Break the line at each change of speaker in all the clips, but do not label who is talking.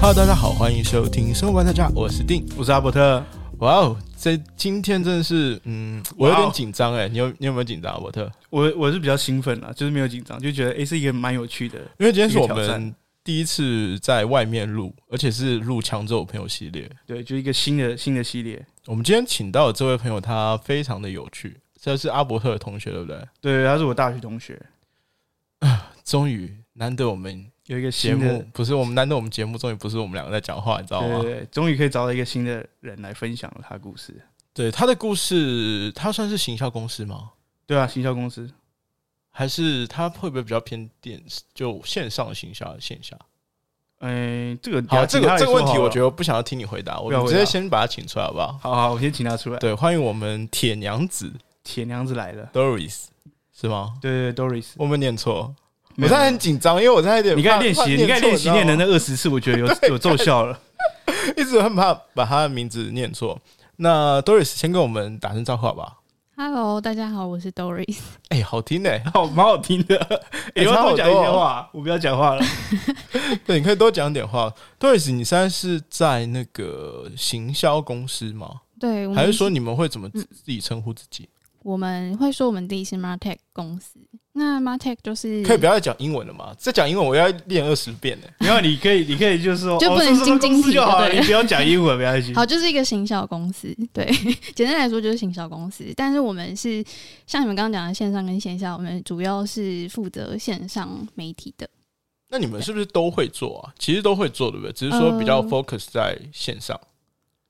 Hello，大家好，欢迎收听《生活观察家》，我是丁。
我是阿伯特，
哇哦，这今天真的是，嗯，我有
哇
点
哦
紧张哎，你有你有没有紧张啊，伯特？
我我是比较兴奋啦，就是没有紧张，就觉得诶是一个蛮有趣的。
因为今天是我
一个挑
们
战
第一次在外面录，而且是录抢走我朋友系列。
对，就一个新的新的系列。
我们今天请到的这位朋友，他非常的有趣，这是阿伯特的同学，对不对？
对，他是我大学同学，
终于难得我们
有一个
节
新的
目，啊不是我们难得我们节目终于不是我们两个在讲话，你知道
对
吗
对？对，终于可以找到一个新的人来分享他的故事。
对他的故事，他算是行销公司吗？
对啊，行销公司，
还是他会不会比较偏电视就线上的行销线下？
诶，这个
好，这个这个问题，我觉
得
得我不想要听你回答，我
不要
们
回
直
答
接先把他请出来好不好？
好好，我先请他出来。
对，欢迎我们铁娘子
铁娘子来了，
Doris，是吗？
对对对，Doris，
我没有念错，
没
我
有
现在很紧张，因为我现在有点
你刚才
怕
练习
怕，
你刚才
错
练习
知道
练的
吗
那二十次，我觉得有有奏效了。
一直很怕把他的名字念错。那 Doris 先跟我们打声招呼好吧？
Hello，大家好，我是 Doris。
哎、好听哎、
好，蛮好听的。
欸
诶哎我
差
要
好
多讲一
多
些
哦
话，我不要讲话了。
对，你可以多讲点话。Doris，你现在是在那个行销公司吗？
对，我们
还是说你们会怎么自
嗯
自己称呼自己？
我们会说我们自己是 Martech 公司？那 Martech 就是
可以不要再讲英文了吗？再讲英文我要练二十遍呢、
没有，你可以，你可以就是说，
就
哦
不能
说说
晶晶
公司
体
就好
就
了，
对
你不要讲英文，没关系。
好，就是一个行销公司。 对，简单来说就是行销公司。但是我们是像你们刚刚讲的线上跟线下，我们主要是负责线上媒体的。
那你们是不是都会做啊？其实都会做，对嗯不对？只是说比较
呃
focus 在线上。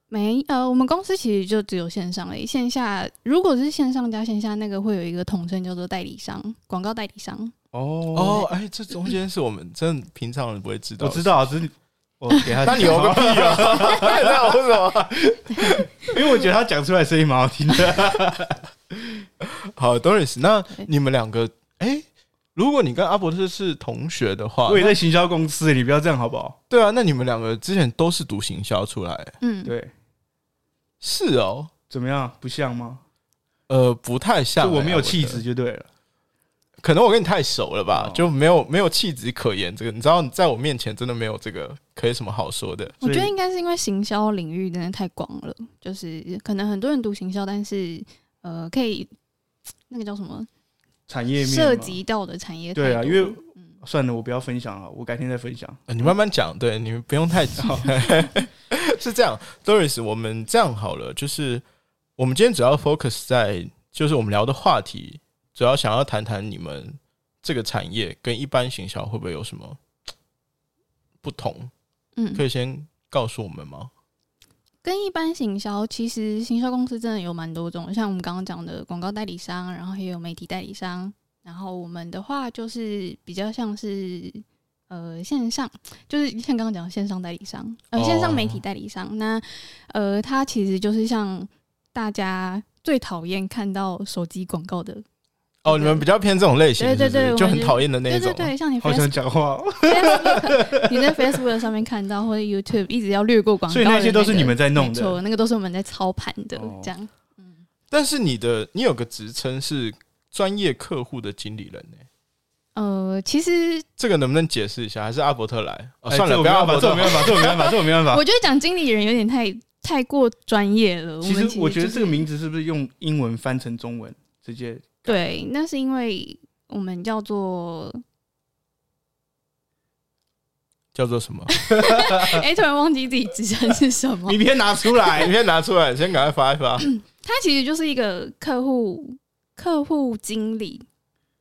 没呃，我们公司其实就只有线上而已。线下如果是线上加线下，那个会有一个统称叫做代理商，广告代理商。
哦，哎，这中间是我们真的平常人不会知道。，
我知，道，只是我给他
那你有个屁 啊！那我什么？
因为我觉得他讲出来声音蛮好听的。
好，Doris，那
对
你们两个，哎，如果你跟阿伯特是同学的话
我，也在行销公司，你不要这样好不好？
对啊，那你们两个之前都是读行销出来，
嗯，
对，
是哦，
怎么样？不像吗？
呃，不太像
就
哎，
我没有
阿伯特
气质，就对了。
可能我跟你太熟了吧
哦，
就没有没有气质可言。这个你知道，你在我面前真的没有这个可以什么好说的。
我觉
所
得
以
应该是因为行销领域真的太广了，就是可能很多人读行销，但是呃，可以那个叫什么
产业面嘛
涉及到的产业太
对啊
多
因为
了嗯
算了，我不要分享了，我改天再分享。
呃你慢慢讲，对你不用太急。 是这样，Doris，我们这样好了，就是我们今天主要 focus 在，就是我们聊的话题，主要想要谈谈你们这个产业跟一般行销会不会有什么不同？可
嗯，
以先告诉我们吗？
跟一般行销其实行销公司真的有蛮多种，像我们刚刚讲的广告代理商，然后也有媒体代理商，然后我们的话就是比较像是。呃，线上就是像刚刚讲的线上代理商，呃，线上媒体
哦
代理商。那呃，它其实就是像大家最讨厌看到手机广告的
哦，你们比较偏这种类型，
对对
是不是
对我们
就很
就
讨厌的那
对
种。啊
对对，像你
好
Facebook,
想讲话哦，
Facebook 你在 Facebook 上面看到，或者 YouTube 一直要略过广告的
所以
个，
那些都是你们在弄
没
的。
错，那个都是我们在操盘的
哦，
这样。嗯，
但是你的你有个职称是专业客户的经理人呢、
呃，其实
这个能不能解释一下？还是阿伯特来？哦、
哎
算
这
了，
我
不要阿
没
伯
办法，这
特
我没。办法，这我没办法，这我没办 法。
我觉得讲经理人有点太太过专业了。
其
们
实我觉得
就
这个名字是不是用英文翻成中文直接？
对，那是因为我们叫做
叫做什么？
哎，突然忘记自己职称是什么
呃你。别拿出来，
你先拿出来，先赶快发一发。
它其实就是一个客户客户经理，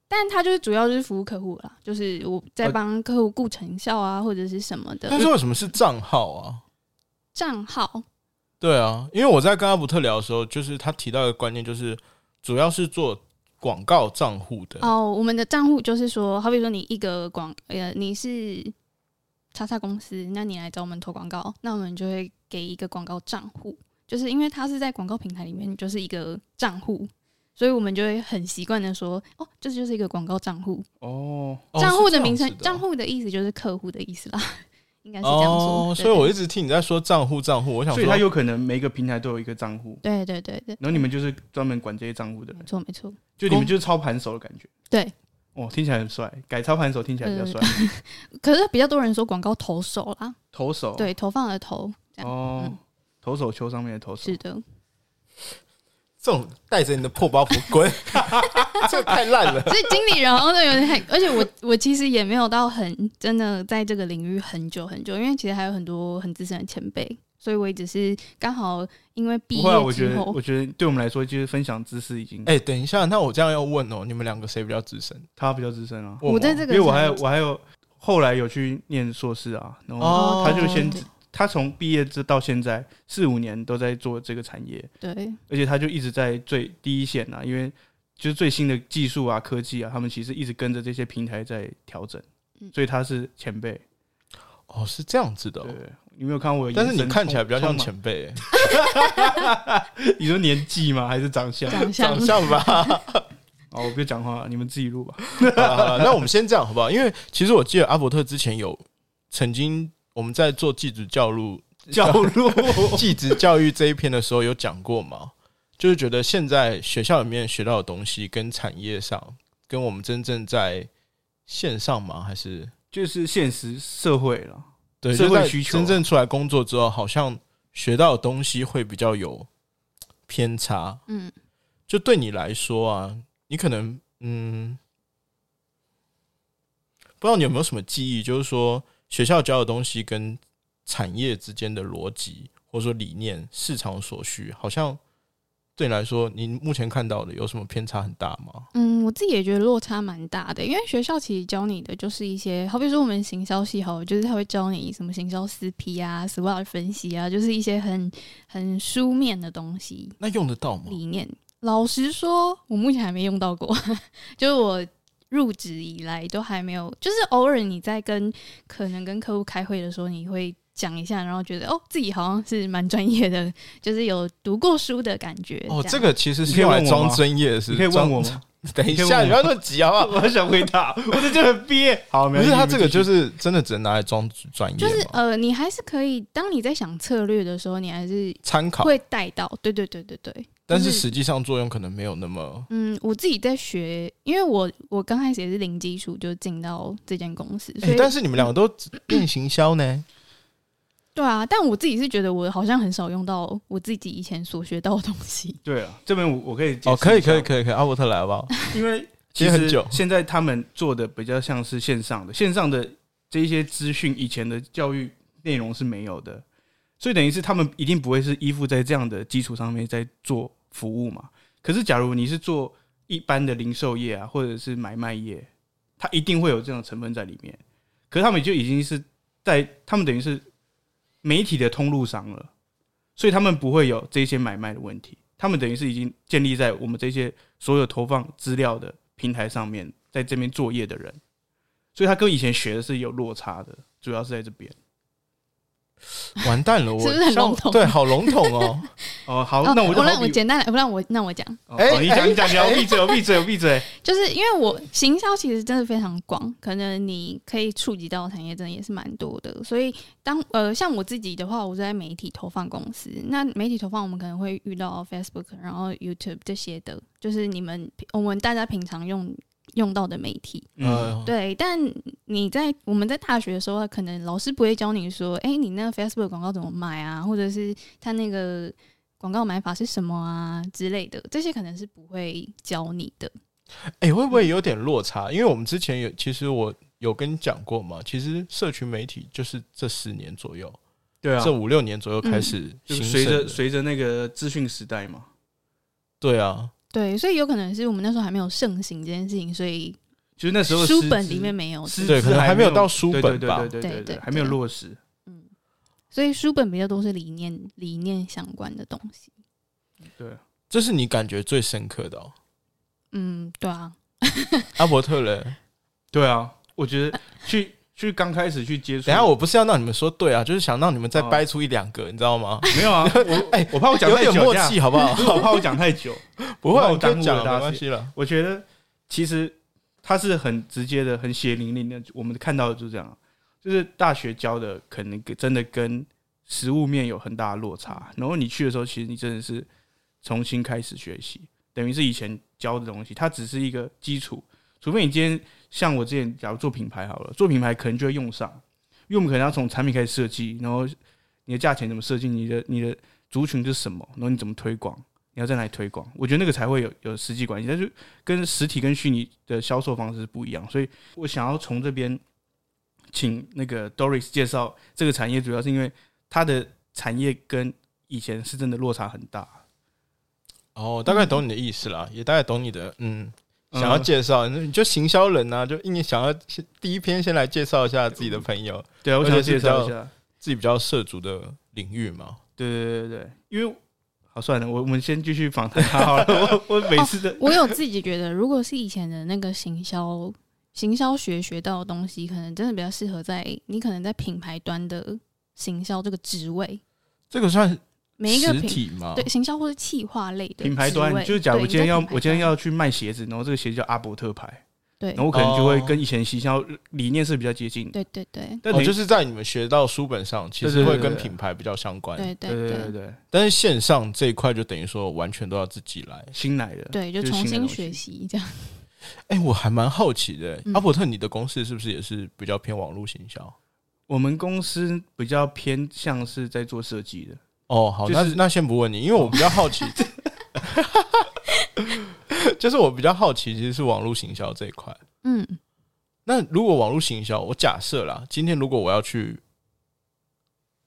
但他就是主要就是服务客户啦，就是我在
呃
帮客户顾成效啊，或者是什么
但
的
是为什么是账号啊？
账号。
对啊，因为我在跟阿伯特聊的时候，就是他提到一个观念，就是主要是做广告账户的。
哦，我们的账户就是说，好比说你一个广呃，你是叉叉公司，那你来找我们投广告，那我们就会给一个广告账户，就是因为它是在广告平台里面就是一个账户，所以我们就会很习惯的说，哦，这就是一个广告账户。
哦，
哦
账户的名
是
称，
这样
账
子的
户的意思就是客户的意思啦，应该是这样说。
哦，
对
所以我一直听你在说账户账户，我想
所以他
说，
有可能每个平台都有一个账户，
对对对对，
然后你们就是专门管这些账户的
没
人，
错没错，
就你们就是操盘手的感觉。
对，
哦，听起来很帅，改操盘手听起来比较帅，
嗯可是比较多人说广告投手啦，
投
哦
手
对，投放的投，这样、
哦，
嗯
投手球上面的投手
是，的，
这种带着你的破包袱 滚，这太烂了。
所以经理人好像都有点太，而且我我其实也没有到很真的在这个领域很久很久，因为其实还有很多很资深的前辈，所以我也只是刚好因为毕
不会啊，
业
我觉
之
得
后
我，觉得对我们来说就是分享知识已经，
哎、等一下，那我这样要问哦，你们两个谁比较资深？
他比较资深啊，
我
问吗
在这
因
个
为我还
产
有我还有后来有去念硕士啊，然后
哦
他就先
对
他从毕业至到现在四五年都在做这个产业，
对
而且他就一直在最第一线啊，因为就是最新的技术啊、科技啊，他们其实一直跟着这些平台在调整
嗯，
所以他是前辈。
哦，是这样子的哦、
对，你没有看我的眼
但
神
是
充，
你看起来比较像
充
前辈、哎
满，你说年纪吗？还是长相？
长相
长相吧。
哦，我不讲话了，你们自己录 吧。
好啦好啦那我们先这样好不好？因为其实我记得阿伯特之前有曾经我们在做继子教 路
教录
继子教育这一篇的时候有讲过嘛，就是觉得现在学校里面学到的东西跟产业上，跟我们真正在线上吗？还是
就是现实社会了。
对
社会
就是在
需求啊
真正出来工作之后，好像学到的东西会比较有偏差。
嗯，
就对你来说啊，你可能嗯，不知道你有没有什么记忆，就是说学校教的东西跟产业之间的逻辑，或者说理念、市场所需，好像对你来说，你目前看到的有什么偏差很大吗？
嗯，我自己也觉得落差蛮大的，因为学校其实教你的就是一些，好比说我们行销系好了，就是他会教你什么行销四 P 啊、SWOT 分析啊，就是一些很很书面的东西
那用得到吗？
理念。老实说，我目前还没用到过， 就是我入职以来都还没有，就是偶尔你在跟可能跟客户开会的时候，你会讲一下，然后觉得哦，自己好像是蛮专业的，就是有读过书的感觉。
哦，
样
这个其实是
你可以
用来
问我
装
吗
专业的是，
你可以问
装
我。吗？
等一
你可以
下，
问
你不
我
要那么急好不好？
我很想回答，我这就很憋。好，没
不
关
是
系
他这个就，
你们继续
是真的只能拿来装专业
就
嘛，
是呃，你还是可以，当你在想策略的时候，你还是
参考，
会带到。对对对对对。
但
就是
实际上作用可能没有那么
嗯，我自己在学，因为我我刚开始也是零基础就进到这间公司，
哎、
所以、嗯
但是你们两个都只练行销呢？
对啊，但我自己是觉得我好像很少用到我自己以前所学到的东西。
对了，这边我我可以解
哦，
释
可以，
一下
可以，可以，可以，阿伯特来好不好？
因为
其
其
实
实
很久
现在他们做的比较像是线上的，线上的这一些资讯，以前的教育内容是没有的，所以等于是他们一定不会是依附在这样的基础上面在做服务嘛。可是假如你是做一般的零售业啊，或者是买卖业，它一定会有这种成分在里面。可是他们就已经是在他们等于是媒体的通路商了，所以他们不会有这些买卖的问题。他们等于是已经建立在我们这些所有投放资料的平台上面，在这边作业的人，所以他跟以前学的是有落差的，主要是在这边。
完蛋了，我
是不是很
像
笼统
对，好笼统 哦。
哦，好，
哦
那我就
我
好
让
比
我简单来，不让我让我讲，
哦
哎
哦你讲
哎
你讲，你讲，闭嘴，我闭嘴，我闭 嘴。
就是因为我行销其实真的非常广，可能你可以触及到的产业真的也是蛮多的。所以当呃像我自己的话，我是在媒体投放公司，那媒体投放我们可能会遇到 Facebook，然后 YouTube 这些的，就是你们我们大家平常用用到的媒体。
嗯，
嗯，
对，但你在我们在大学的时候，可能老师不会教你说，哎、你那个 Facebook 广告怎么买啊，或者是他那个广告买法是什么啊之类的，这些可能是不会教你的。
哎、会不会有点落差？因为我们之前有，其实我有跟你讲过嘛，其实社群媒体就是这十年左右，
对啊
这，五六年左右开始
就
兴
是
盛的，
随着随着那个资讯时代嘛，
对啊，
对，所以有可能是我们那时候还没有盛行这件事情，所以
就是那时候
书
师
本
资
里面没有，
师资
对可能还没有到书
对
本
对
吧
对对对
对
对
对
对，还没有落实。
嗯，所以书本比较多是理念理念相关的东西。
对，
这是你感觉最深刻的、哦。
嗯，对啊，
阿伯特 嘞，
对啊，我觉得去去刚开始去接触，
等一下我不是要让你们说对啊，就是想让你们再
哦
掰出一两个，你知道吗？
没有 啊，我哎，我怕我讲
有
太
点
久，
默
这样
契好不 好？
我怕我讲太久。
不会，
我怕我
我
耽误
跟你讲
了
了
大
没
家
关系了。
我觉得其实它是很直接的、很血淋淋的。我们看到的就是这样，就是大学教的可能跟真的跟实物面有很大的落差。然后你去的时候，其实你真的是重新开始学习，等于是以前教的东西，它只是一个基础。除非你今天像我之前，假如做品牌好了，做品牌可能就会用上，因为我们可能要从产品开始设计，然后你的价钱怎么设计，你的你的族群是什么，然后你怎么推广，你要在哪里推广，我觉得那个才会有有实际关系，但是跟实体跟虚拟的销售方式是不一样，所以我想要从这边请那个 Doris 介绍这个产业，主要是因为它的产业跟以前是真的落差很大。
哦，大概懂你的意思啦，也大概懂你的，嗯，想要介绍，那你就行销人啊，就硬想要先第一篇先来介绍一下自己的朋友，
对啊，我想要
而且
介
是
绍
比
一下。
自己比较涉足的领域嘛。
对对对对对，因为好算了，我我们先继续访谈他好了。 我我每次的、
我有自己觉得，如果是以前的那个行销行销学学到的东西，可能真的比较适合在你可能在品牌端的行销这个职位，
这个算
每一个哦
实
品
体吗？
对行销或者企划类的
品牌
职
端，
位
就是假如
对
今天要
你在品牌
我今天
端
要去卖鞋子，然后这个鞋叫阿伯特牌，
对
然后我可能就会
哦
跟以前行销理念是比较接近的。
对对对
但
哦，
你
就是在你们学到书本上，其
对
实
对对
会跟
对
品牌比较相关，
对
对对对
对
对，
但是线上这一块就等于说完全都要自己来。
新来的，
对，就
就是
重
新的
新
东西
学习这样。
哎、我还蛮好奇的、
嗯
阿伯特，你的公司是不是也是比较偏网络行销？
我们公司比较偏向是在做设计的，
哦，好，
就是哦
那那先不问你，因为我比较好奇， 就是我比较好奇，其实是网络行销这一块。
嗯，
那如果网络行销，我假设啦，今天如果我要去，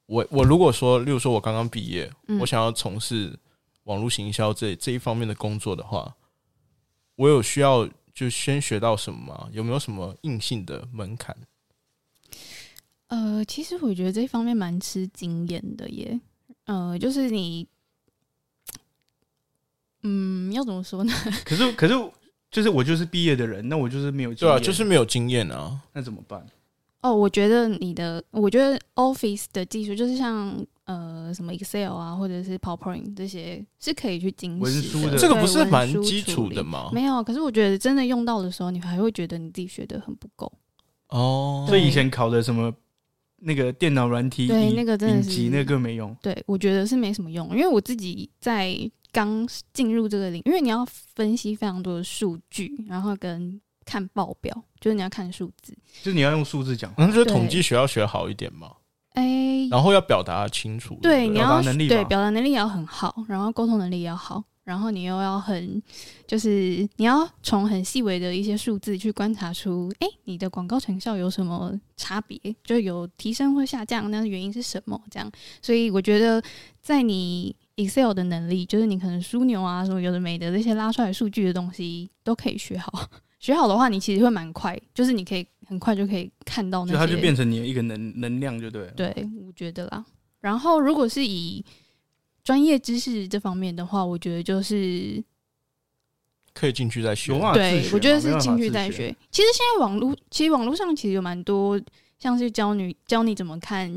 我我如果说，例如说我刚刚毕业，
嗯
我想要从事网络行销这这一方面的工作的话，我有需要就先学到什么吗？有没有什么硬性的门槛？
呃，其实我觉得这方面蛮吃经验的耶。呃，就是你，嗯，要怎么说呢？
可是 可是就是我就是毕业的人，那我就是没有经
对啊，
验，
就是没有经验啊。
那怎么办？
哦，我觉得你的，我觉得 Office 的技术就是像呃什么 Excel 啊，或者是 PowerPoint 这些是可以去精
文
实
书
的
的
这个不
对
是
文
蛮
书
基
处
础的
理
吗？
没有，可是我觉得真的用到的时候，你还会觉得你自己学的很不够。
哦，
所以以前考的什么那个电脑软体
对
以
那个真的
影
是
集那个更没用。
对，我觉得是没什么用，因为我自己在刚进入这个领域，因为你要分析非常多的数据，然后跟看报表，就是你要看数字。
就是你要用数字讲话，
那就是
对
统计学要学好一点嘛，
哎、
然后要表达清楚。
对，
不
你
表
要
达能力
对
吧
表达能力也要很好，然后沟通能力也要好，然后你又要很，就是你要从很细微的一些数字去观察出，哎、你的广告成效有什么差别，就有提升或下降，那原因是什么？这样，所以我觉得在你 Excel 的能力，就是你可能枢纽啊什么有的没的这些拉出来数据的东西，都可以学好。 学好的话，你其实会蛮快，就是你可以很快就可以看到那
所
些。
以它就变成你的一个能能量，就对了。
对，我觉得啦。然后如果是以专业知识这方面的话，我觉得就是
可以进去再学
有。啊办法自
对
学，
我觉得
嘛没
是
办法
进去
自
再
学。
学。其实现在网络，其实网络上其实有蛮多，像是教你教你怎么看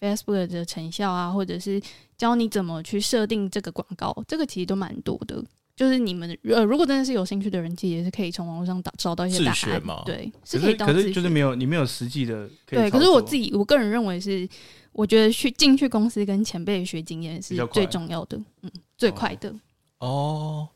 Facebook 的成效啊，或者是教你怎么去设定这个广告，这个其实都蛮多的。就是你们呃，如果真的是有兴趣的人，其实也是可以从网络上找找到一些
自
答
学
案
嘛
对，是
可
可以
是
到
可
自
是就是
学
没有你没有实际的可以
对，可是
操
我
作
自己，我个人认为是，我觉得去进去公司跟前辈学经验
比
是
较快
最重要的，嗯，最快的。
哦，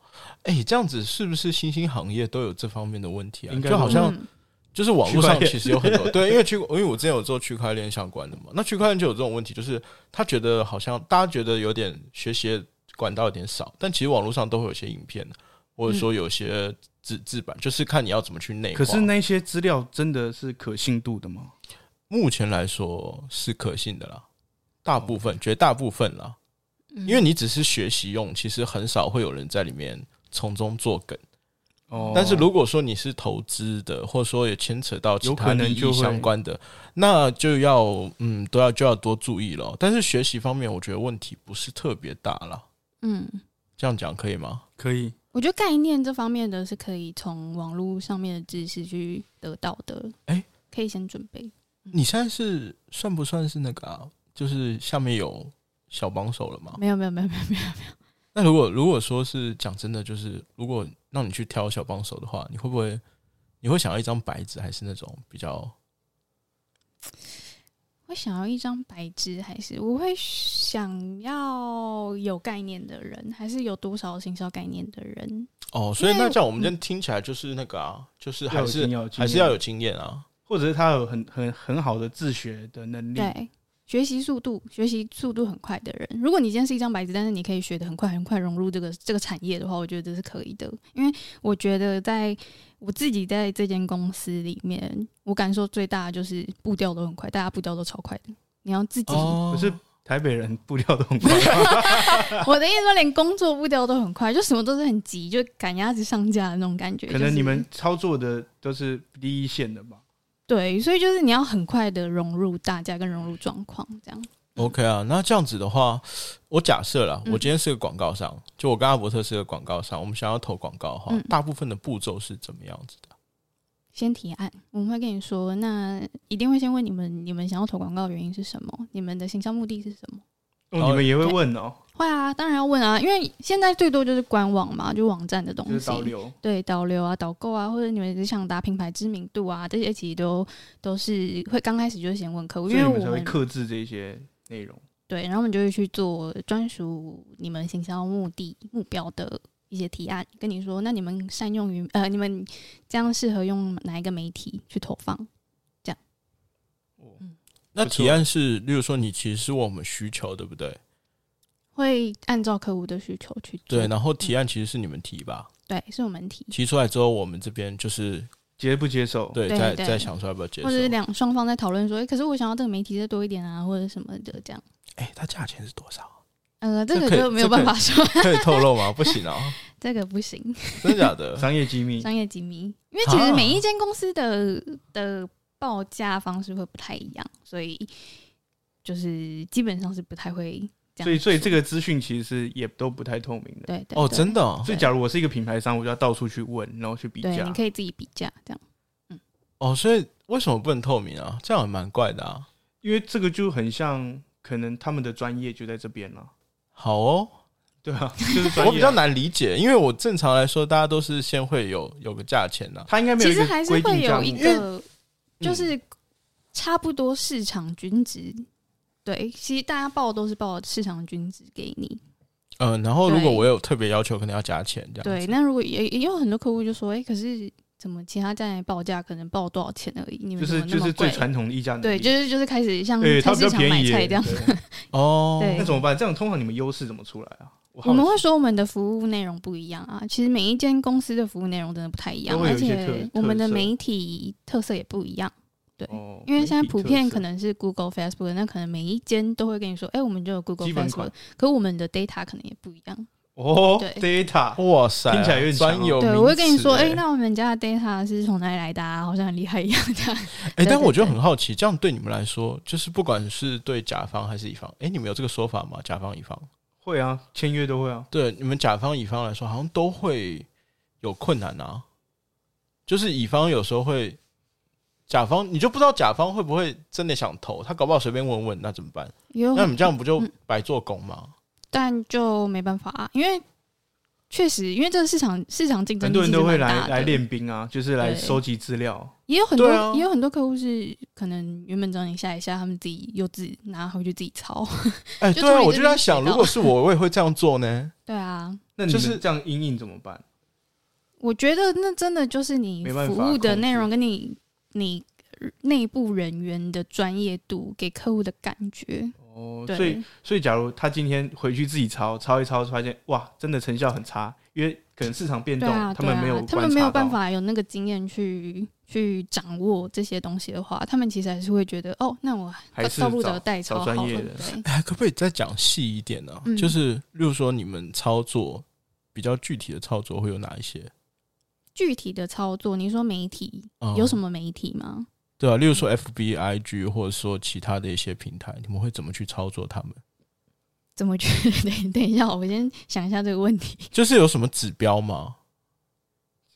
哎、这样子是不是新兴行业都有这方面的问题啊
应？该
就好
会
像
嗯、
就是网络
区
上
块链
其实有很多 对，因为区因为我之前有做区块链相关的嘛，那区块链就有这种问题，就是他觉得好像大家觉得有点学习的管道有点少，但其实网络上都会有些影片，或者说有些自制版，就是看你要怎么去内化。
可是那些资料真的是可信度的吗？
目前来说是可信的啦，大部分绝大部分啦，
嗯
因为你只是学习用，其实很少会有人在里面从中作梗。
哦，
但是如果说你是投资的，或者说也牵扯到其
有
他
可能
利
就
益
会
相关的，那就要嗯都要就要多注意了。但是学习方面，我觉得问题不是特别大啦。
嗯，
这样讲可以吗？
可以，
我觉得概念这方面的是可以从网络上面的知识去得到的。
哎
可以先准备。
你现在是算不算是那个啊？就是下面有小帮手了吗？
哦
没有，没有，没有，没有，没有。
那如果如果说是讲真的，就是如果让你去挑小帮手的话，你会不会你会想要一张白纸，还是那种比较
我想要一张白纸，还是我会想要有概念的人，还是有多少行销概念的人。
哦，所以
因为
那这样我们今天听起来就是那个啊，就是还是
要有经
还是
验
要有经验啊。
或者是他有很很很好的自学的能力。
对，学习速度，学习速度很快的人，如果你今天是一张白纸，但是你可以学得很快，很快融入这个这个产业的话，我觉得这是可以的。因为我觉得在我自己在这间公司里面，我感受最大的就是步调都很快，大家步调都超快的。你要自己，
哦
嗯可是台北人步调都很 快，
我的意思说，连工作步调都很快，就什么都是很急，就赶鸭子上架的那种感觉。
可
就
能
是
你们操作的都是第一线的吧？
对，所以就是你要很快的融入大家，跟融入状况这样。
OK 啊，那这样子的话，我假设了，
嗯
我今天是个广告商，就我跟阿伯特是个广告商，我们想要投广告的话，
嗯
大部分的步骤是怎么样子的？
先提案，我们会跟你说，那一定会先问你们，你们想要投广告的原因是什么？你们的形象目的是什么？
然
哦，
后
你们也会问哦，
会啊，当然要问啊，因为现在最多就是官网嘛，就网站的东
就是
西，
导流。
对导流啊、导购啊，或者你们想打品牌知名度啊，这些其实都都是会刚开始就是先问客户，
所
因
以你
为我
们才会
们
克制这些内容。
对，然后我们就会去做专属你们行销目的目标的一些提案，跟你说，那你们善用于呃，你们这样适合用哪一个媒体去投放？
哦
那
不错
提案是，例如说你其实是问我们需求，对不对？
会按照客户的需求去做。
对，然后提案其实是你们提吧，
对，是我们提，
提出来之后，我们这边就是
接不接受？
对，
对
再
对
再想出来要不要接受
或者。是两双方在讨论说，诶可是我想要这个媒体再多一点啊，或者什么的这样。
哎，它价钱是多少？
呃，这
这
个
可以
就没有办法说，
可以透露吗？不行啊，
这个不行，
真的假的？
商业机密。
商业机密。因为其实
啊
每一间公司的的报价方式会不太一样，所以就是基本上是不太会这样说。
所以，所以这个资讯其实是也都不太透明的。
对对
哦，
对
真的哦
所以，假如我是一个品牌商，我就要到处去问，然后去比
对，
价
你。可以自己比价这样。
哦，所以为什么不能透明啊？这样也蛮怪的啊。
因为这个就很像，可能他们的专业就在这边 了。
好哦，
对啊，就是专业啊、
我比较难理解，因为我正常来说，大家都是先会有有个价钱啊呐、
他应该没有
其
一
实
个
还是
规
会
定价
有
目
一个，就是差不多市场均值。对，其实大家报都是报市场均值给你。
嗯、然后如果
对
我有特别要求，可能要加钱这样
对，
子。
那如果也也有很多客户就说，哎、可是怎么其他站来报价可能报多少钱而已，你们
就
怎
是
么那
就是
么
最
贵？
传统的议价能力。
对，就是就是开始像
对，
菜
它比较
市场
便
买
宜
菜
耶。
这样。
对
哦，
对
那怎么办？这样通常你们优势怎么出来啊？我好
我们
奇
会说我们的服务内容不一样啊，其实每一间公司的服务内容真的不太一样，
都会有
而
一些特
且我们的
特色
媒体特色也不一样。对
哦
因为现
媒
在
体
普遍
特色
可能是 Google、Facebook，那可能每一间都会跟你说，哎、我们就有 Google、
基本款
Facebook，可我们的 data 可能也不一样。
哦
对
，data
哇塞，
听起来有点强哦
专有名词、
对，我会跟你说，哎、
欸
哎、
那我们家的 data 是从哪里来的、啊？好像很厉害一样这样。
哎但
对
我就
对
很好奇，这样对你们来说，就是不管是对甲方还是乙方，哎、你们有这个说法吗？甲方、乙方，
会啊，签约都会啊。
对你们甲方、乙方来说，好像都会有困难啊。就是乙方有时候会，甲方你就不知道甲方会不会真的想投，他搞不好随便问问，那怎么办？
也有
那你这样不就
嗯
白做工吗？
但就没办法、啊，因为确实，因为这个市场市场竞争
很
力
多人
其实
都会
蛮
来
大
来
的。
练兵啊，就是来
对
收集资料。
也有很多、
对啊
也有很多客户是可能原本找你下一下，他们自己又自己拿回去自己操。
哎、
就
对啊，
从你
我
这
就
边
在想，
学到
如果是我，我也会这样做呢。
对啊，
那你们
就是
这样阴影怎么办？
我觉得那真的就是你
没办
服
法
务的
控
内
制
容跟你你内部人员的专业度给客户的感觉。
哦，所以
对，
所以假如他今天回去自己抄抄一抄，发现哇，真的成效很差，因为可能市场变
对
动，
啊，
他
对
们没有
啊，他们
观察
没有办
到。
法有那个经验去去掌握这些东西的话，他们其实还是会觉得哦，那我
还
倒
是
倒不如
找
找代
找
抄好
专
了。
业
对
的
哎，可不可以再讲细一点呢、啊
嗯
就是，例如说你们操作比较具体的操作会有哪一些？
具体的操作，你说媒体
嗯
哦
有什？么媒体吗？
对啊，例如说 FB、IG，或者说其他的一些平台，你们会怎么去操作他们？
怎么去？ 等等一下，我先想一下这个问题。
就是有什么指标吗？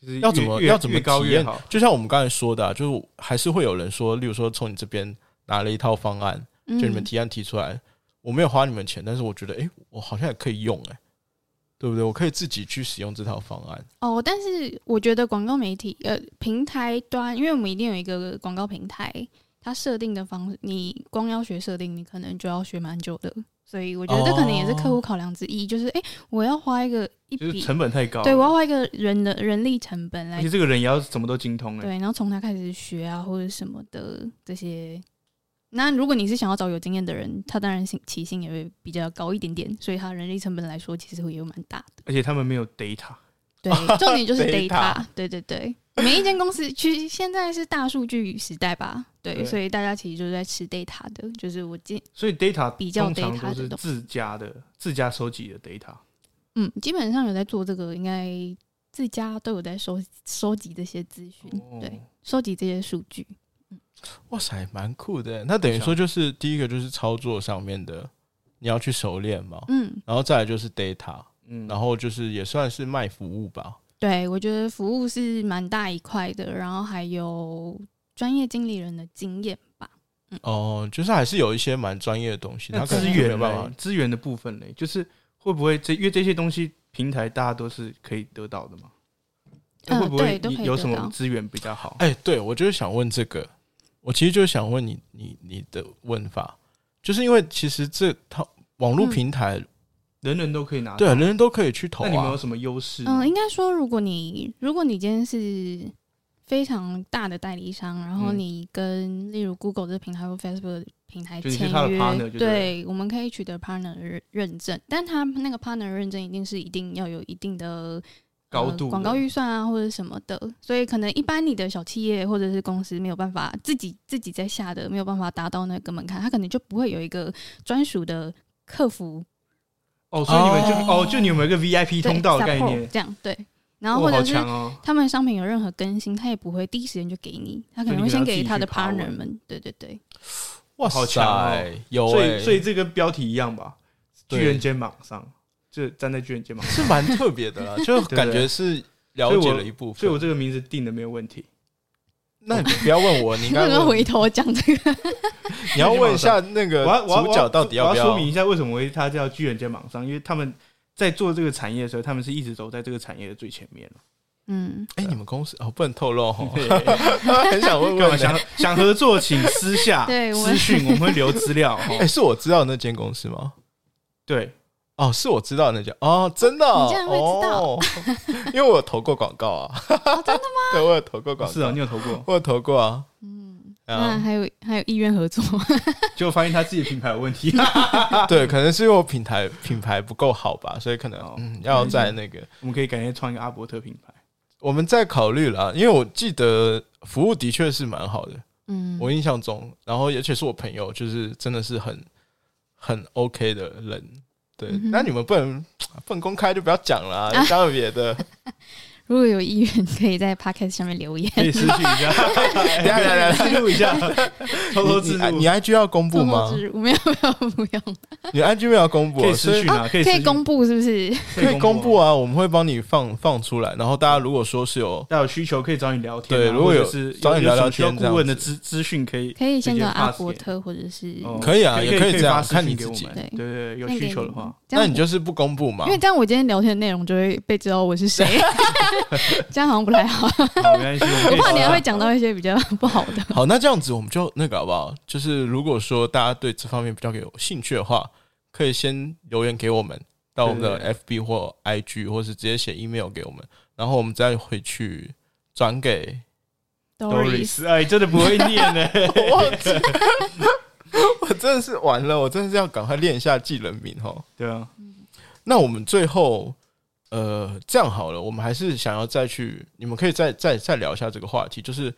就是
要怎么
越
要怎么
越高
体
越
验
好？
就像我们刚才说的、啊，就是还是会有人说，例如说从你这边拿了一套方案，
嗯
就你们提案提出来，我没有花你们钱，但是我觉得，哎、我好像也可以用、哎，对不对？我可以自己去使用这套方案。
哦，但是我觉得广告媒体呃平台端，因为我们一定有一个广告平台，它设定的方式，你光要学设定，你可能就要学蛮久的，所以我觉得这可能也是客户考量之一，就是哎、诶我要花一个一
哦就是
笔，
成本太高。
对我要花一个人的人力成本
而
来
且这个人也要什么都精通哎、
对，然后从他开始学啊，或者什么的这些。那如果你是想要找有经验的人，他当然薪起薪也会比较高一点点，所以他人力成本来说其实会有蛮大的。
而且他们没有 data，
对，重点就是
Data
data，对对对，每一间公司其实现在是大数据时代吧，对，
对
所以大家其实就是在吃 data 的，就是我今
所以 data
比较
通常
data
都是
的东
自家的自家收集的 data。
嗯，基本上有在做这个，应该自家都有在收收集这些资讯，对，收集这些数据，
哇塞，蛮酷的。那等于说就是第一个就是操作上面的，你要去熟练嘛，
嗯，
然后再来就是 data，
嗯
哦然后就是也算是卖服务吧。
对，我觉得服务是蛮大一块的，然后还有专业经理人的经验吧。
哦，就是还是有一些蛮专业的东西，
那
他可能
资
就没有
源
办
嘞
法，。
资源的部分嘞，就是会不会这因为这些东西平台大家都是可以得到的嘛？那
嗯
会不
对
会
都可以
有
得
什么
到
资源比较好？
哎、对，我就是想问这个，我其实就是想问你，你你的问法，就是因为其实这套网络
嗯
平台，
人人都可以拿到，
对、啊，人人都可以去投
那你们有
啊。
什么优势吗？
嗯，应该说，如果你如果你今天是非常大的代理商，然后
嗯
你跟例如 Google 这个平台或 Facebook 的平台
就你是
签
他的
约，
partner 就对了
对，我们可以取得 partner 认认证，但他那个 partner 认证一定是一定要有一定的
高
呃
度的
广告预算啊，或者什么的，所以可能一般你的小企业或者是公司没有办法自己自己在下的，没有办法达到那个门槛，它可能就不会有一个专属的客服
哦，所以你们就
哦
哦，就你们有一个 VIP
对
通道的概
support
念，
这样对，然
哇，
后或
好
者是
强哦，
他们商品有任何更新，他也不会第一时间就给你，他可
所以
能
你
会
可能
先
要
给
自己
他的
去爬文
partner 们，对对对，
哇
好强哦
塞，有
所
哎、
以所以这个标题一样吧，巨
对
人肩膀上，就站在巨人肩膀上，
是蛮特别的 啦，就感觉是了解了一部分。
所以我这个名字定的没有问题。
那你不要问我，你应
不
该
能
问
回头讲这个，
你要问一下那个
我要我要
主角到底要
我
不
要说
要
明一下为什么会它叫巨人肩膀上，因为他们在做这个产业的时候，他们是一直走在这个产业的最前面
嗯，
哎、你们公司哦，不能透露哦，
对，
很想 问
干嘛
问呢、
想想合作，请私下
对我
私讯，我们会留资料。哦
哎、
齁
是我知道那间公司吗？
对，
哦，是我知道那家哦，真的、哦，
你竟然会知道
哦、因为我有投过广告啊，
哦，真的吗？
对，我有投过广告，
是啊，你有投 过，
我有投过啊，
嗯，那
啊，
还有还有意愿合作，
结果发现他自己品牌有问题。
嗯
对，可能是因为我品牌品牌不够好吧，所以可能、
哦
嗯要在那个
我们可以改天创一个阿伯特品 牌。
我们再考虑了，因为我记得服务的确是蛮好的，
嗯，
我印象中，然后而且是我朋友，就是真的是很很 OK 的人。对，
嗯哼
那你们不能不能公开就不要讲 了、啊，讲别 的。
如果有意愿，可以在 podcast 下面留言。
可以私信一下，
等一下等一下
自录一下，偷偷自
你
录
你，你 IG 要公布
默默
吗？
之入没有没有不用，
你 IG 没有要公布
可以
哦，
私
所以
讯啊，可以
可
私
以
讯
公布是不是？
可以公布
啊。
啊，我们会帮你放放出来。然后大家如果说是有，
大家有需求可以找你聊天啊，
对如果有
或者是
找你聊聊天
有什么需要顾问的资资讯可以
可以先
直接
找阿
pass
伯
给
特或者是
哦
可以啊也可以
可
这样
发私
看你
讯给
自
我
己
们
对
对对，有
那
需
给
求
你
的 话，，
这样
那你就是不公布嘛
因。为这样我今天聊天的内容就会被知道我 是谁，这样好像不太好，
好，没关系，我
我
们
怕
可以
你还
聊
会讲到一些比较不好的。
好，那这样子我们就那个好不好？就是如果说大家对这方面比较有兴趣的话，可以先留言给我们，到我们的 FB 或 IG，或是直接写 email 给我们，然后我们再回去转给
Doris，
Doris，哎，真的不会念 呢，
我忘记， 我真的是完了，我真的是要赶快练一下技能名哦。
对啊，
那我们最后，呃，这样好了，我们还是想要再去，你们可以再再再聊一下这个话题，就是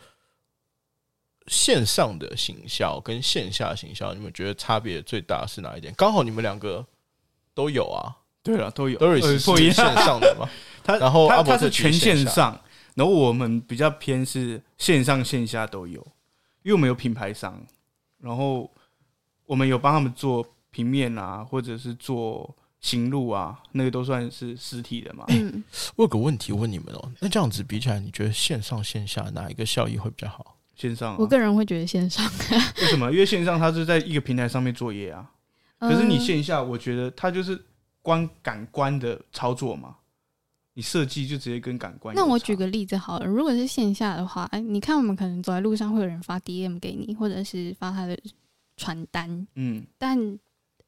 线上的行销跟线下行销，你们觉得差别最大是哪一点？刚好你们两个都有 啊
对了，都有
，Doris
呃
是
破音
线，上的嘛，
他
然后阿
他
伯
他
特
是
去
全
线
线
下
上，然后我们比较偏是线上线下都有，因为我们有品牌商，然后我们有帮他们做平面啊，或者是做行路啊，那个都算是实体的嘛。
嗯，
我有个问题问你们哦、那这样子比起来，你觉得线上线下哪一个效益会比较好？
线上、啊，
我个人会觉得 线上，
为什么？因为线上它是在一个平台上面作业啊，
嗯
可是你线下，我觉得它就是观感官的操作嘛，你设计就直接跟感官有
那
差。
我举个例子好了，如果是线下的话，哎你看我们可能走在路上会有人发 DM 给你，或者是发他的传单，
嗯，
但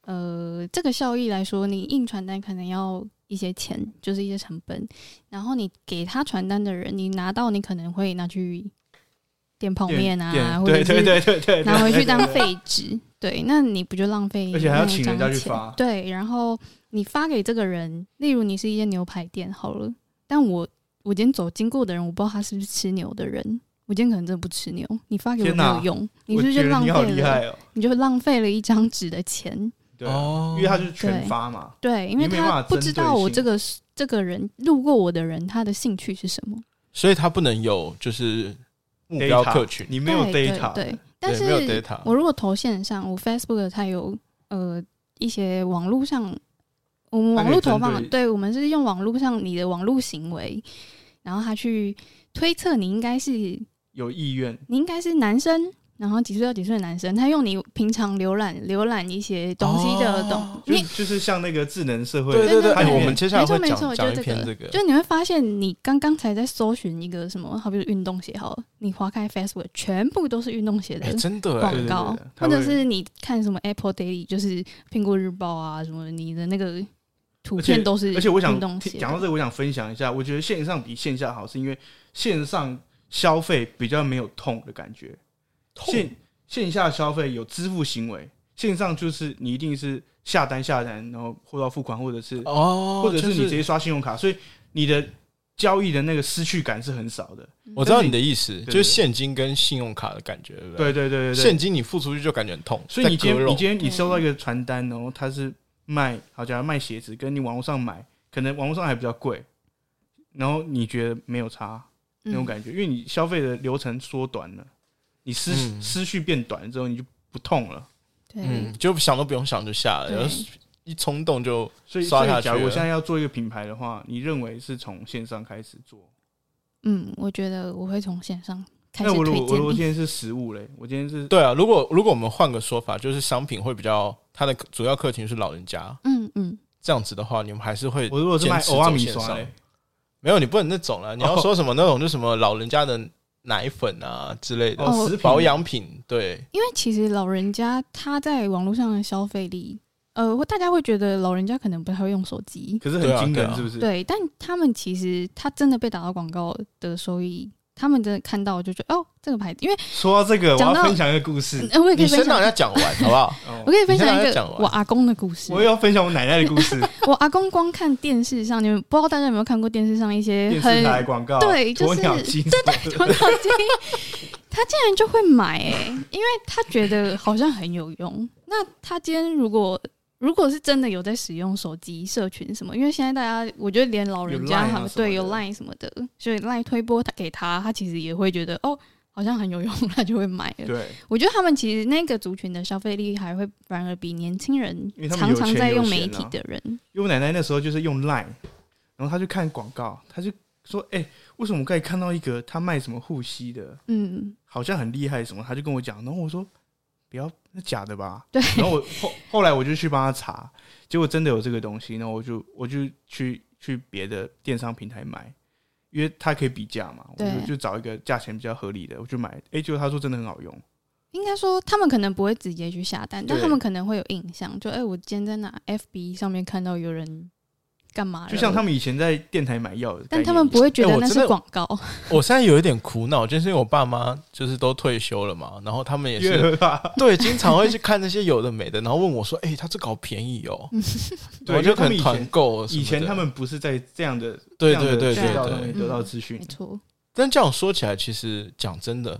呃这个效益来说，你印传单可能要一些钱，就是一些成本，然后你给他传单的人，你拿到你可能会拿去店泡面啊，
店
或
对
者
对
是
对对 对，
拿回去当
对。对对
废纸，对，那你不就浪费？
而且还要请人家去发
对，然后你发给这个人，例如你是一间牛排店好了，但我我今天走经过的人，我不知道他是不是吃牛的人，我今天可能真的不吃牛，你发给我
天
没
哪
有用，你
我
是不是
觉
就
得
浪
你好
费
厉
了？
害哦，
你就浪费了一张纸的钱。
对
哦
啊，
哦
因为他就是全
对
发嘛，
对，因为
你没办
他
法
不知
针对
道我
性
这个这个人路过我的人，他的兴趣是什么。
所以它不能有就是目标
Data，
客群。
你没有
对
data，
对对，但是
没有
啊
data
我如果投线上，我 Facebook 它有呃一些网络上，我们
它
网
可以
络投放，啊
针对
对我们是用网络上你的网络行为，然后他去推测你应该是你
有意愿，
应该是男生。然后几岁到几岁的男生，他用你平常浏览浏览一些东西的
哦
东，
就
你
是就是像那个智能社会，
对对对，
对对
哎，
对
我们接下来会
没错
讲
没错
讲一
就
篇这
这
个，
就你会发现，你刚刚才在搜寻一个什么，好比如运动鞋好了，你划开 Facebook，全部都是运动鞋的
哎，真的哎
对
广告
对对，它
或者
会
是你看什么 Apple Daily，就是苹果日报啊什么，你的那个图
而且
片都是
而且我想
运动鞋
听讲到这个，我想分享一下，我觉得线上比线下好，是因为线上消费比较没有痛的感觉，
痛
线线下消费有支付行为，线上就是你一定是下单下单，然后货到付款，或者是、
哦，
或者是
就
你直接刷信用卡，所以你的交易的那个失去感是很少的。
嗯
我知道你的意思，
对
就是现金跟信用卡的感觉，对不
对对对对对
现，金你付出去就感觉很痛，
所以你今
在割
天
肉
你今天你收到一个传单，然后它是卖，好假如卖鞋子，跟你网络上买，可能网络上还比较贵，然后你觉得没有差
嗯
那种感觉，因为你消费的流程缩短了，你思、
嗯
思绪变短了之后，你就不痛了。
对，
嗯，就想都不用想就下了，
对
然后一冲动就
所以，
刷
所
下
以
去
假如我
了
现在要做一个品牌的话，你认为是从线上开始做？
嗯，我觉得我会从线上开
那
始
我如
推
果我如果
荐
今天
你。
是食物嘞，我今天是
对啊。如果如果我们换个说法，就是商品会比较它的主要客群是老人家，
嗯嗯，
这样子的话，你们还是会
我如果是卖
坚持
欧阿米
走线
刷
上
嘞，
没有你不能那种了，啊你要
哦
说什么那种就什么老人家的奶粉啊之类的
哦
食品
保养品，对，
因为其实老人家他在网络上的消费力，呃，大家会觉得老人家可能不太会用手机，
可是
对
很
啊
惊
对
人，
啊
是不是？
对，但他们其实他真的被打到广告的收益，他们真的看到就觉得哦，这个牌子，因为、
说到这个，我
讲
要
到
分享一个故事。
呃、我也可
你
以
先
分
让
享
人，家讲完好不好？
哦
我可以分
你先
享
让
一
人家讲
个
完
我阿公的故事。
我也要分享我奶奶的故 事，
我阿公光看电视上，你们不知道大家有没有看过电视上一些
电视
很
台广告，
对就是
鸵鸟精，
鸵 鸟精，他竟然就会买哎、因为他觉得好像很有用。那他今天如果如果是真的有在使用手机社群什么，因为现在大家我觉得连老人
有 Line
家
啊
他
什
们
么的
对有 Line 什么的，所以 Line 推播他给他，他其实也会觉得哦。好像很有用，他就会买了。
对，
我觉得他们其实那个族群的消费力还会反而比年轻人
因为他们
常
有
常
钱
在
有
用
闲
媒
啊
体的人，
因为我奶奶那时候就是用 Line，然后她就看广告，她就说：“哎、为什么我刚才看到一个他卖什么护膝的，
嗯，
好像很厉害什么？”她就跟我讲，然后我说：“不要，那假的吧？”
对。
然后我后后来我就去帮她查，结果真的有这个东西，然后我就我就去去别的电商平台买。因为它可以比价嘛，我
对
就就找一个价钱比较合理的，我就买。哎、结果他说真的很好用，
应该说，他们可能不会直接去下单，但
对
他们可能会有印象，就哎、我今天在哪 FB 上面看到有人干嘛了，
就像他，们以前在电台买药的概念一样，
哎但他们 不会觉
哎
得
我
那
真
是
的
广告，
我现在有一点苦恼，就是因为我爸妈就是都退休了嘛，然后他们也
因
是
为他
对，经常会去看那些有的没的，然后问我说：“哎、他这个好便宜哦。”
对
我
因
就
为他
可
们
能
以前
团购什么的。
以前他们不是在这样的
对
这样
对
的啊
对
渠
对
道上面
对，
得到资讯
嗯没，错，
但这样说起来，其实讲真的，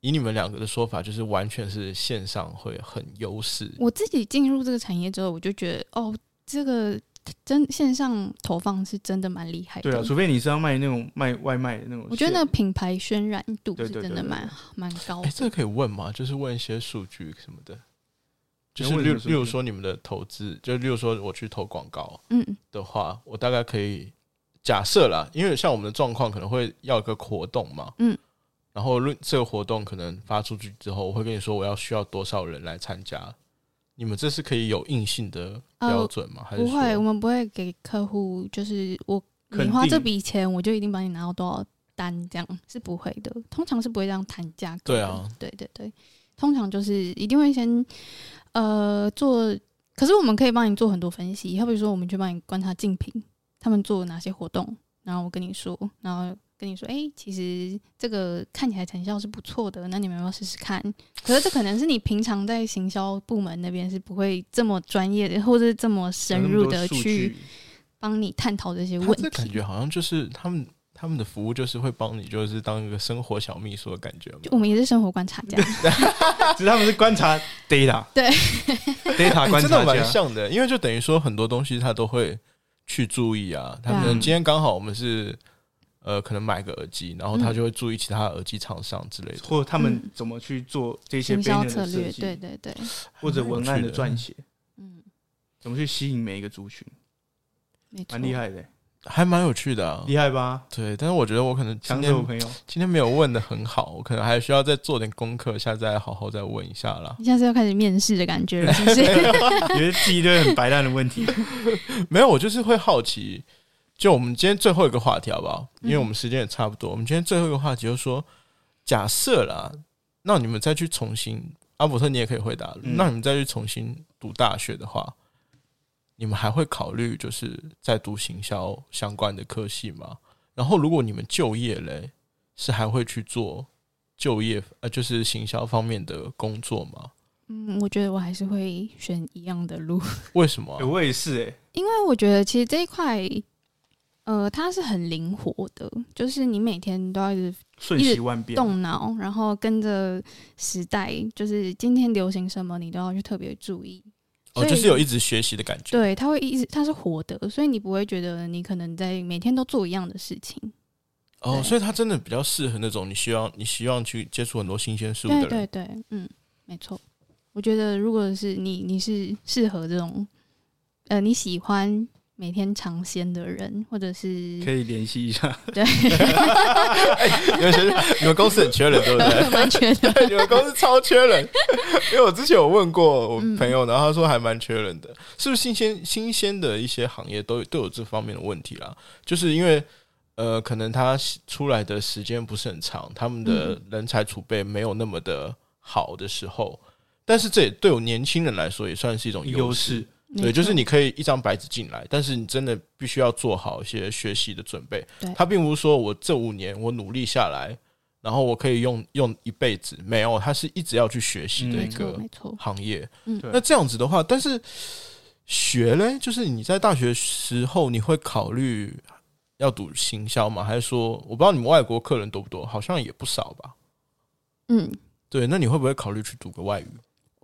以你们两个的说法，就是完全是线上会很优势。
我自己进入这个产业之后，我就觉得哦，这个真线上投放是真的蛮厉害的，
对啊，除非你是要卖那种卖外卖的那种线，
我觉得那个品牌渲染度
对
是
对对
真的
对
蛮蛮高
哎、
的。
这个可以问吗？就是问一些数据什么的，就是
你要问
例如
什么数
例
据
如说你们的投资，就例如说我去投广告
嗯，
的话，我大概可以假设啦，因为像我们的状况可能会要一个活动嘛，
嗯，
然后论这个活动可能发出去之后，我会跟你说我要需要多少人来参加。你们这是可以有硬性的
呃
标准吗？还是
哦不会，
说
我们不会给客户就是我
肯
你花这
定
笔钱，我就一定帮你拿到多少单，这样是不会的。通常是不会这样谈价格。
对啊，
对对对，通常就是一定会先呃做可是我们可以帮你做很多分析，好比说我们去帮你观察竞品，他们做哪些活动，然后我跟你说，然后跟你说，哎、其实这个看起来成效是不错的，那你们要不要试试看？可是这可能是你平常在行销部门那边是不会这么专业的，或是这么深入的去
去
帮你探讨这些
他
问
啊
这感
题。
觉好像就是他们他们的服务就是会帮你，就是当一个生活小秘书的感觉嘛
就。我们也是生活观察家，
只是他们是观察 data，
对
data
哎
观
真的
察
蛮
家，
像的，因为就等于说很多东西他都会去注意啊。他们
对啊
今天刚好我们是呃，可能买个耳机，然后他就会注意其他耳机厂商之类的。
或者他
嗯
们怎么去做这些
行销
banner
策
的
略
设，计
对，对对，
或者文案的
嗯
撰写，
嗯，
怎么去吸引每一个族群，
没错，
蛮
哦
厉害的，
还蛮有趣的、啊。
厉害吧？
对，但是我觉得我可能今
强者我
天
朋友，
今天没有问的很好，我可能还需要再做点功课，下次再好好再问一下啦。
你下次要开始面试的感觉了，是不是？
也是第一堆很白烂的问题，
没有，我就是会好奇。就我们今天最后一个话题好不好？因为
嗯
我们时间也差不多，我们今天最后一个话题就是说，假设啦，那你们再去重新，阿伯特你也可以回答，
嗯
那你们再去重新读大学的话，你们还会考虑就是在读行销相关的科系吗？然后如果你们就业嘞，是还会去做就业呃，就是行销方面的工作吗？
嗯，我觉得我还是会选一样的路。
为什么啊、
欸 我也是哎，
因为我觉得其实这一块，呃，它是很灵活的，就是你每天都要一直
瞬息万变，
啊
动脑，然后跟着时代，就是今天流行什么，你都要去特别注意。
哦，
所以
就是有一直学习的感觉。
对，它会一直它是活的，所以你不会觉得你可能在每天都做一样的事情。
哦，
对
所以他真的比较适合那种你希望你希望去接触很多新鲜事物的
对
人。
对对，嗯，没错。我觉得如果是你，你是适合这种，呃，你喜欢每天尝鲜的人，或者是
可以联系一下，
对，
你们学你们公司很缺人，对不 对？
蛮缺的。
你们公司超缺人，因为我之前有问过我朋友，然后他说还蛮缺人的，是不是新鲜新鲜的一些行业都有都有这方面的问题啦？就是因为呃，可能他出来的时间不是很长，他们的人才储备没有那么的好的时候，但是这也对我年轻人来说也算是一种
优
优势
势。
没
对，就是
错
你可以一张白纸进来，但是你真的必须要做好一些学习的准备
对。
他并不是说我这五年我努力下来，然后我可以用用一辈子，没有，他是一直要去学习的一
嗯
没
个
错没错。
行业。
嗯
对
那这样子的话，但是学嘞，就是你在大学时候你会考虑要读行销吗？还是说我不知道你们外国客人多不多，好像也不少吧？
嗯，
对，那你会不会考虑去读个外语？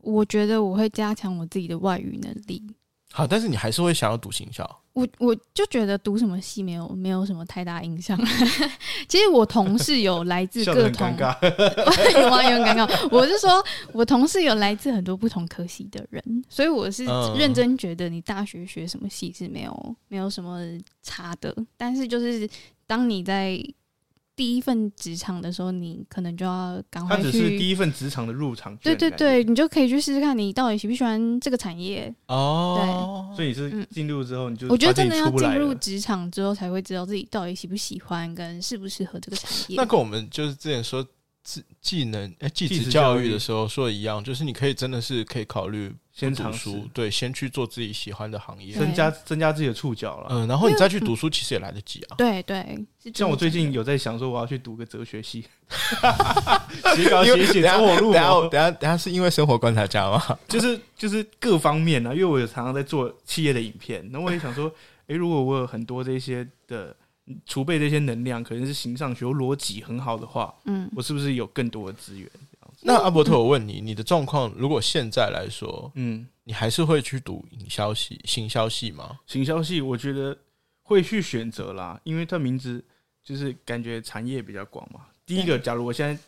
我觉得我会加强我自己的外语能力。
好，但是你还是会想要读行销。
我我就觉得读什么系没有没有什么太大影响。 其实我同事有来自
笑得
各
很
同
尴，尬，
有吗？有很尴尬。我是说，我同事有来自很多不同科系的人，所以我是
嗯
认真觉得你大学学什么系是没有没有什么差的。但是就是当你在第一份职场的时候，你可能就要赶
他
快
只是
去。
第一份职场的入场
对
券，
对对，，你就可以去试试看，你到底喜不喜欢这个产业，
哦，
所以你是
嗯
进入之后你就
我觉得
发现
真
你
的要
出不
进
来
入
了
职场之后，才会知道自己到底喜不喜欢，跟适不适合这个产业
那。跟我们就是之前说技技能哎技
技
职
职
教
教
育
育
的时候说的一样，就是你可以真的是可以考虑
先
读
尝试
书，，对，先去做自己喜欢的行业，
对
增加增加自己的触角了。
嗯，然后你
因为
再去读书其实也来得及啊。
对对，是
像我最近
有
有在想说，我要去读个哲学系，写稿
因为
写写
等下
走火入
等下
魔，
等下等下是因为生活观察家吗？
就是就是各方面啊。因为我有常常在做企业的影片，那我也想说，诶，如果我有很多这些的储备，这些能量，可能是形上学我逻辑很好的话，
嗯，
我是不是有更多的资源？
那阿伯特，我问你，你的状况如果现在来说，
嗯，
你还是会去读营销系、行销系吗？
行销系我觉得会去选择啦，因为它名字就是感觉产业比较广嘛。第一个，假如我现在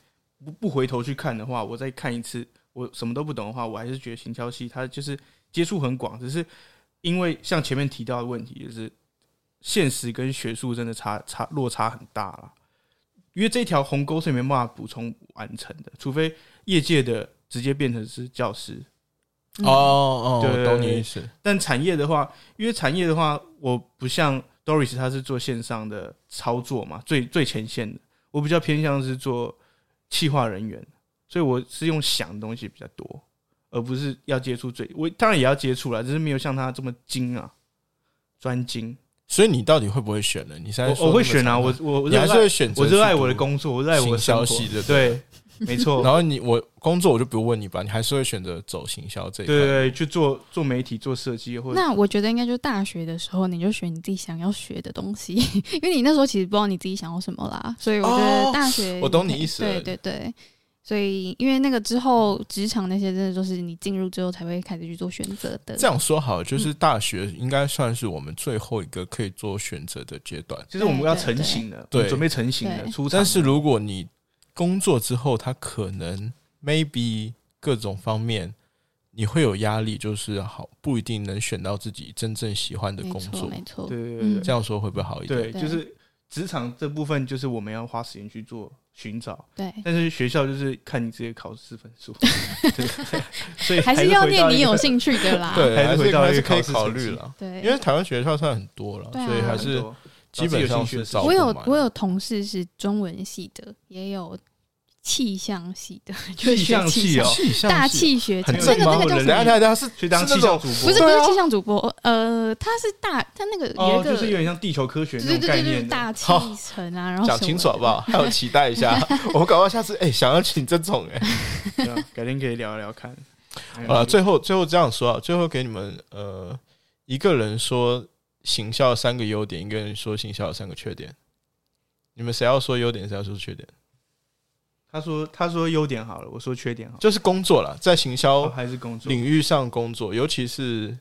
不不回头去看的话，我再看一次，我什么都不懂的话，我还是觉得行销系它就是接触很广，只是因为像前面提到的问题，就是现实跟学术真的差差落差很大啦。因为这条鸿沟是没办法补充完成的，除非业界的直接变成是教师，
嗯
哦，哦，我
对
懂你意思。
但产业的话，因为产业的话，我不像 Doris，她是做线上的操作嘛，最最前线的，我比较偏向是做企划人员，所以我是用想的东西比较多，而不是要接触最我当然也要接触啦，只是没有像他这么精啊，专精。
所以你到底会不会选呢？你现在
我我会选啊，我我我
你
热
还是
爱
会选择
我热爱
去读
我的，工作，我热爱我
行
的
销
生活
系的
对，没 错，
然后你我工作我就不问你吧，你还是会选择走行销这一
对
块。
对对，去做做媒体、做设计或者
那我觉得应该就大学的时候，你就选你自己想要学的东西， 因为你那时候其实不知道你自己想要什么啦。所以我觉
哦
得大学、
我懂你意思了
对对对，所以因为那个之后职场那些真的都是你进入之后才会开始去做选择的。
这样说好，就是大学应该算是我们最后一个可以做选择的阶段。
其实我们要
对对
成型了，
对
我们准备成型了，
对
出场
但
了。
是如果你工作之后，他可能 maybe 各种方面你会有压力，就是好不一定能选到自己真正喜欢的
没
工
错
作。
没错，
对对对
嗯
这样说会不会好一点？
对，
对
就是职场这部分，就是我们要花时间去做寻找，
对，
但是学校就是看你自己的考试分数，对所以
还是
是
要
回
念
到
你
一个
有兴趣 的啦。
对，
还是回到
还是
一个
可以
考试
考
成
虑
绩
了，
啊对，
因为台湾学校算很多了，
对啊
所以还
很
是
多
基本上是找
我有
不满啊
我有同事是中文系的，也有气象系的， 就
气
是学
象系哦，
气象
大
系
气学家，
很
那
正
个
吗？
那个叫
等一
什
下
么？
等一下是
去当
是那
气象
种
主播，
不是
对
不是
啊
气象主播，呃，他是大，他那个有
哦
一，个，
就是有点像地球科学那
对对
种
对
概
对，
念的。嗯
大气
好
层啊，然后
讲
什
清
么
楚好不
的？
好？还有期待一下， 我们搞不好下次哎、想要请这种哎、
对啊改天可以聊一聊看。
好了，最后最后这样说啊，最后给你们呃，一个人说行销三个优点，一个人说行销三个缺点，你们谁要说优点，谁要说缺点？
他说他说优点好了，我说缺点好了，
就是工作啦，在行
哦
销
还是工作
领域上工作，尤其是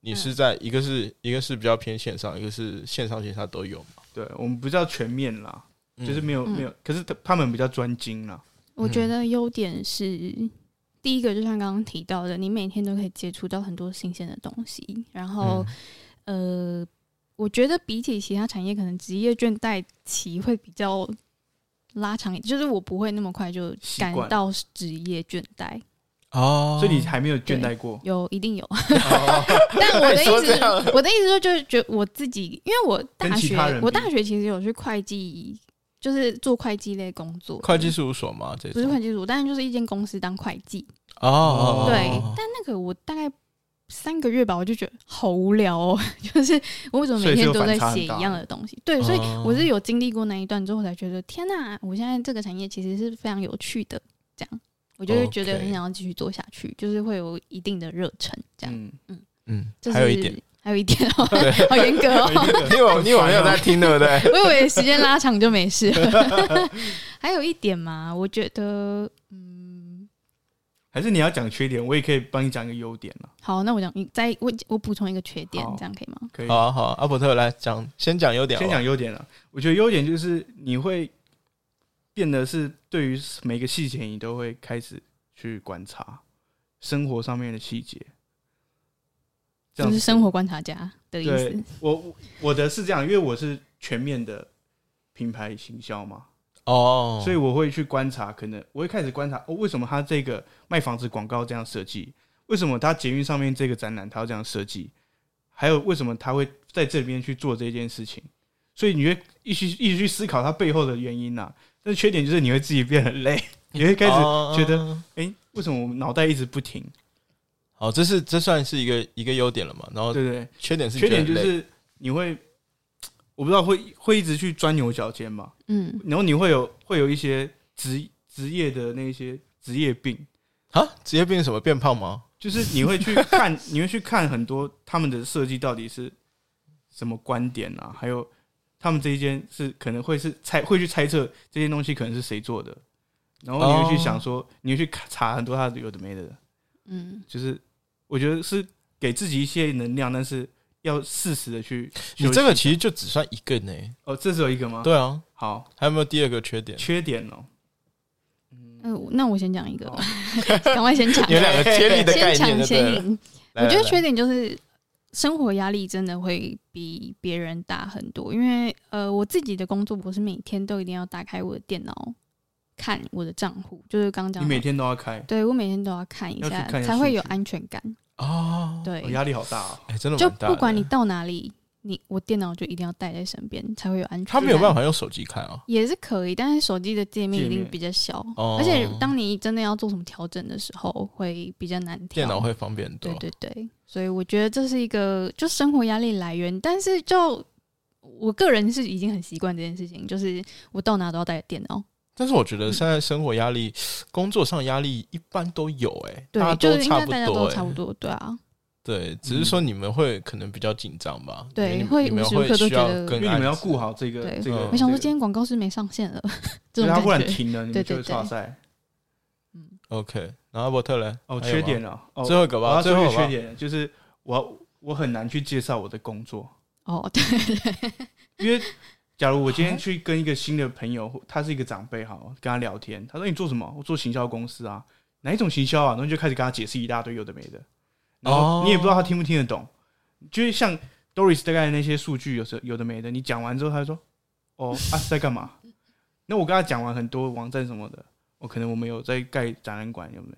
你是在一个是一个是比较偏线上，一个是线上线下都有嘛，
对我们比较全面啦，就是没有
嗯
没有，可是他他们比较专精啦。
我觉得优点是第一个，就像刚刚提到的，你每天都可以接触到很多新鲜的东西，然后
嗯
呃，我觉得比起其他产业，可能职业倦怠期会比较拉长一，就是我不会那么快就
习
感
惯
到职业倦怠，
哦
所以你还没有倦怠过，
有一定有。
哦
但我的意
说这样
思，我的意思说，就是觉得我自己，因为我大
跟其
学
他人，比
我大学其实有去会计，就是做会计类工作，
会计事务所嘛，这
不是
种
会计组，但是就是一间公司当会计。
哦哦，哦
对
哦，
但那个我大概三个月吧，我就觉得好无聊哦， 就是我为什么每天都在写一样的东西？对，所以
哦
我是有经历过那一段之后，我才觉得天哪、我现在这个产业其实是非常有趣的，这样。我就会觉得
OK
很想要继续做下去就是会有一定的热忱，这样。
嗯，
嗯，
这是
还有一点，，
还有一点哦，好严格哦。
你有你有没有在听，对不对？
我以为时间拉长就没事了。还有一点嘛，我觉得，嗯，
还是你要讲缺点，我也可以帮你讲一个优点啦。
好，那我讲，你再我我补充一个缺点
好，
这样可以吗？
可 以
好，啊好啊，阿伯特来讲，先讲优点好
先
不好，
讲优点了。我觉得优点就是你会变得是对于每个细节，你都会开始去观察生活上面的细节。这
就
样
是
子
生活观察家的意
对
思。
我我我的是这样，因为我是全面的品牌行销嘛，
哦，
所以我会去观察，可能我会开始观察哦，为什么他这个卖房子广告这样设计？为什么他捷运上面这个展览他要这样设计？还有为什么他会在这边去做这件事情？所以你会一直一直去思考它背后的原因呐、啊但是缺点就是你会自己变得 累，你会开始觉得，
哦
哎、为什么我们脑袋一直不停？
好，这是这算是一个一个优点了嘛？然后
对不对？
缺哦点是
缺点
觉
就
得累
是你会，我不知道会会一直去钻牛角尖吧。
嗯，
然后你会有会有一些职职业的那些职业病，
啊，职业病是什么变胖吗？
就是你会去看， 你会去看很多他们的设计到底是什么观点啊，还有他们这一间是可能会是猜会去猜测这些东西可能是谁做的，然后你会去想说，
哦
你会去查很多他的有的没的，
嗯，
就是我觉得是给自己一些能量，但是要适时的去休息。
你这个其实就只算一个呢。
哦，这只有一个吗？，
对啊，
好，
还有没有第二个缺点？
缺点哦，嗯，
呃我那我先讲一个
好，
赶快先抢
你，们哦两个接力的
先
概念
抢
就对
先
了，
赢。
来
我觉得
来
缺点就是生活压力真的会比别人大很多，因为呃，我自己的工作我是每天都一定要打开我的电脑看我的账户，就是刚刚讲
你
的
每天都要开，
对我每天都要看一
要去
下，
看一下
才会
数
有
据
安全感。
哦，
对
哦，压力好大哦。
哎，真的
就
蛮大
不管
的
你到哪里，你我电脑就一定要带在身边才会有安全
他
感。
没有办法用手机看啊。
也是可以，但是手机的界面
界
一定
面
比较小，
哦
而且当你真的要做什么调整的时候，会比较难调。
电脑会方便很多
对，对对，所以我觉得这是一个就生活压力来源，但是就我个人是已经很习惯这件事情，就是我到哪都要带电脑，
但是我
嗯
觉得现在生活压力、工作上压力一般都有、欸，哎，大家
对，就是
都
应
差
该
不
大家都
多、欸，
差不多，对啊，
对，
嗯
只是说你们会可能比较紧张吧，
对
因为你们
会
你们
无时无
会
刻都
需要
觉得
更
因为你们要
安
顾好这个
对
这
嗯
个。
我想说
这
今
个，
天广告是没上线了，
就
这
是
种
啊
他忽然
感觉，
停了，你
对
们就
对
会
对
差赛。
OK，然后阿伯特嘞，
哦，
还有
缺
吗
点了。哦，
最后一个
我
吧，
要
最
说
后
一
一
个
个吧
缺点就是我我很难去介绍我的工作，
哦，对，
因为假如我今
啊
天去跟一个新的朋友，他是一个长辈，好，跟他聊天，他说你做什么？我做行销公司啊，哪一种行销啊？然后就开始跟他解释一大堆有的没的，然
哦
后你也不知道他听不听得懂，就是像 Doris 大概那些数据，有时有的没的，你讲完之后，他就说哦啊是在干嘛？那我跟他讲完很多网站什么的，我、可能我们有在盖展览馆，有没有？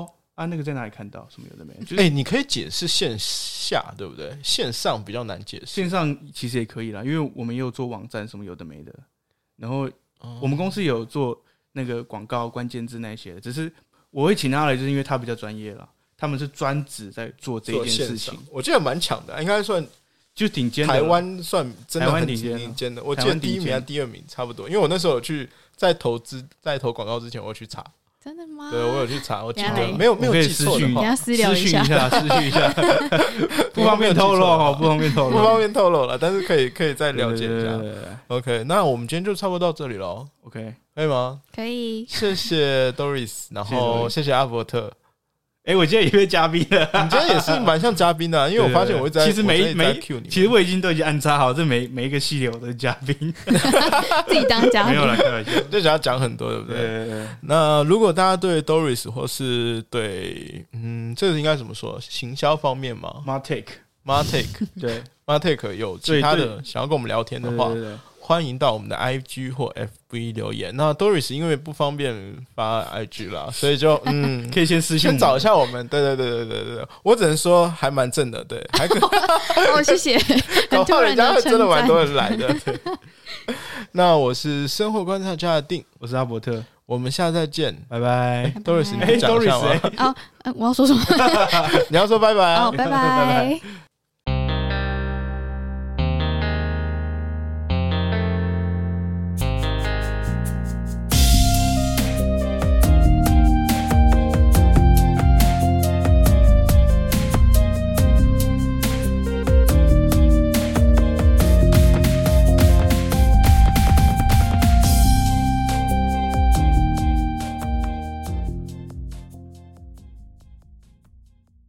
哦啊那个在哪里看到？什么有的没的，就是
哎、你可以解释线下对不对？线上比较难解释。
线上其实也可以啦，因为我们也有做网站什么有的没的，然后
哦
我们公司也有做那个广告关键字那些的，只是我会请他来，就是因为他比较专业啦，他们是专职在做这一
做
件
线
事
上
情，，
我记得蛮强的，应该算
就顶尖的
台
啦
湾算真的
台湾
很
顶尖啊
顶尖的。我记
台
得
湾
第一
顶尖
名、第二名差不多，因为我那时候有去在投资、在投广告之前，我有去查，
真的吗？
对我有去查，我记
啊原
得
来
没有
我
没有
可以
记错的
私讯
你
话，
要私聊
私讯一
下，
下，私讯一下， 不方便透露哦，不方便透
不
露，
方便透露了，但是可以可以再了解一
对
下
对。对对对
OK，那我们今天就差不多到这里喽，
OK，
可以吗？
可以，
谢 谢 Doris，然后谢谢阿伯特，
哎，我今天也被嘉宾了。
你今天也是蛮像嘉宾 的啊，因为我发现我一直在
其实每
我一直在
每
Q 你们，
其实我已经都已经安插好这每每一个系列我的嘉宾，
自己当嘉
没
宾
有，了，开玩笑。
就想要讲很多，对不
对
对？
对对，
那如果大家对 Doris 或是对嗯，这个应该怎么说？行销方面吗
m a t a k
？Martech
对
Martech 有其
对
他
对
的想要跟我们聊天的
对
话
对，对，。
欢迎到我们的 IG 或 FB 留言。那 Doris 因为不方便发 IG 啦，所以就嗯
可以先私
先
信我们
找一下我们，对对对对对对对，我只能说还蛮正的， 对，还可以。
哦，谢谢，
搞
很
不
突
好
然
人家
的
会真的
称
蛮
赞，
多人来的。对那我是生活观察家的定，
我是阿伯特，
我们下次再见。
拜拜。
拜拜
Doris，你
哎
讲一下
，Doris，
吗？
哎
哦，呃我要说什么？
你要说拜拜啊
哦，拜
拜
拜
拜。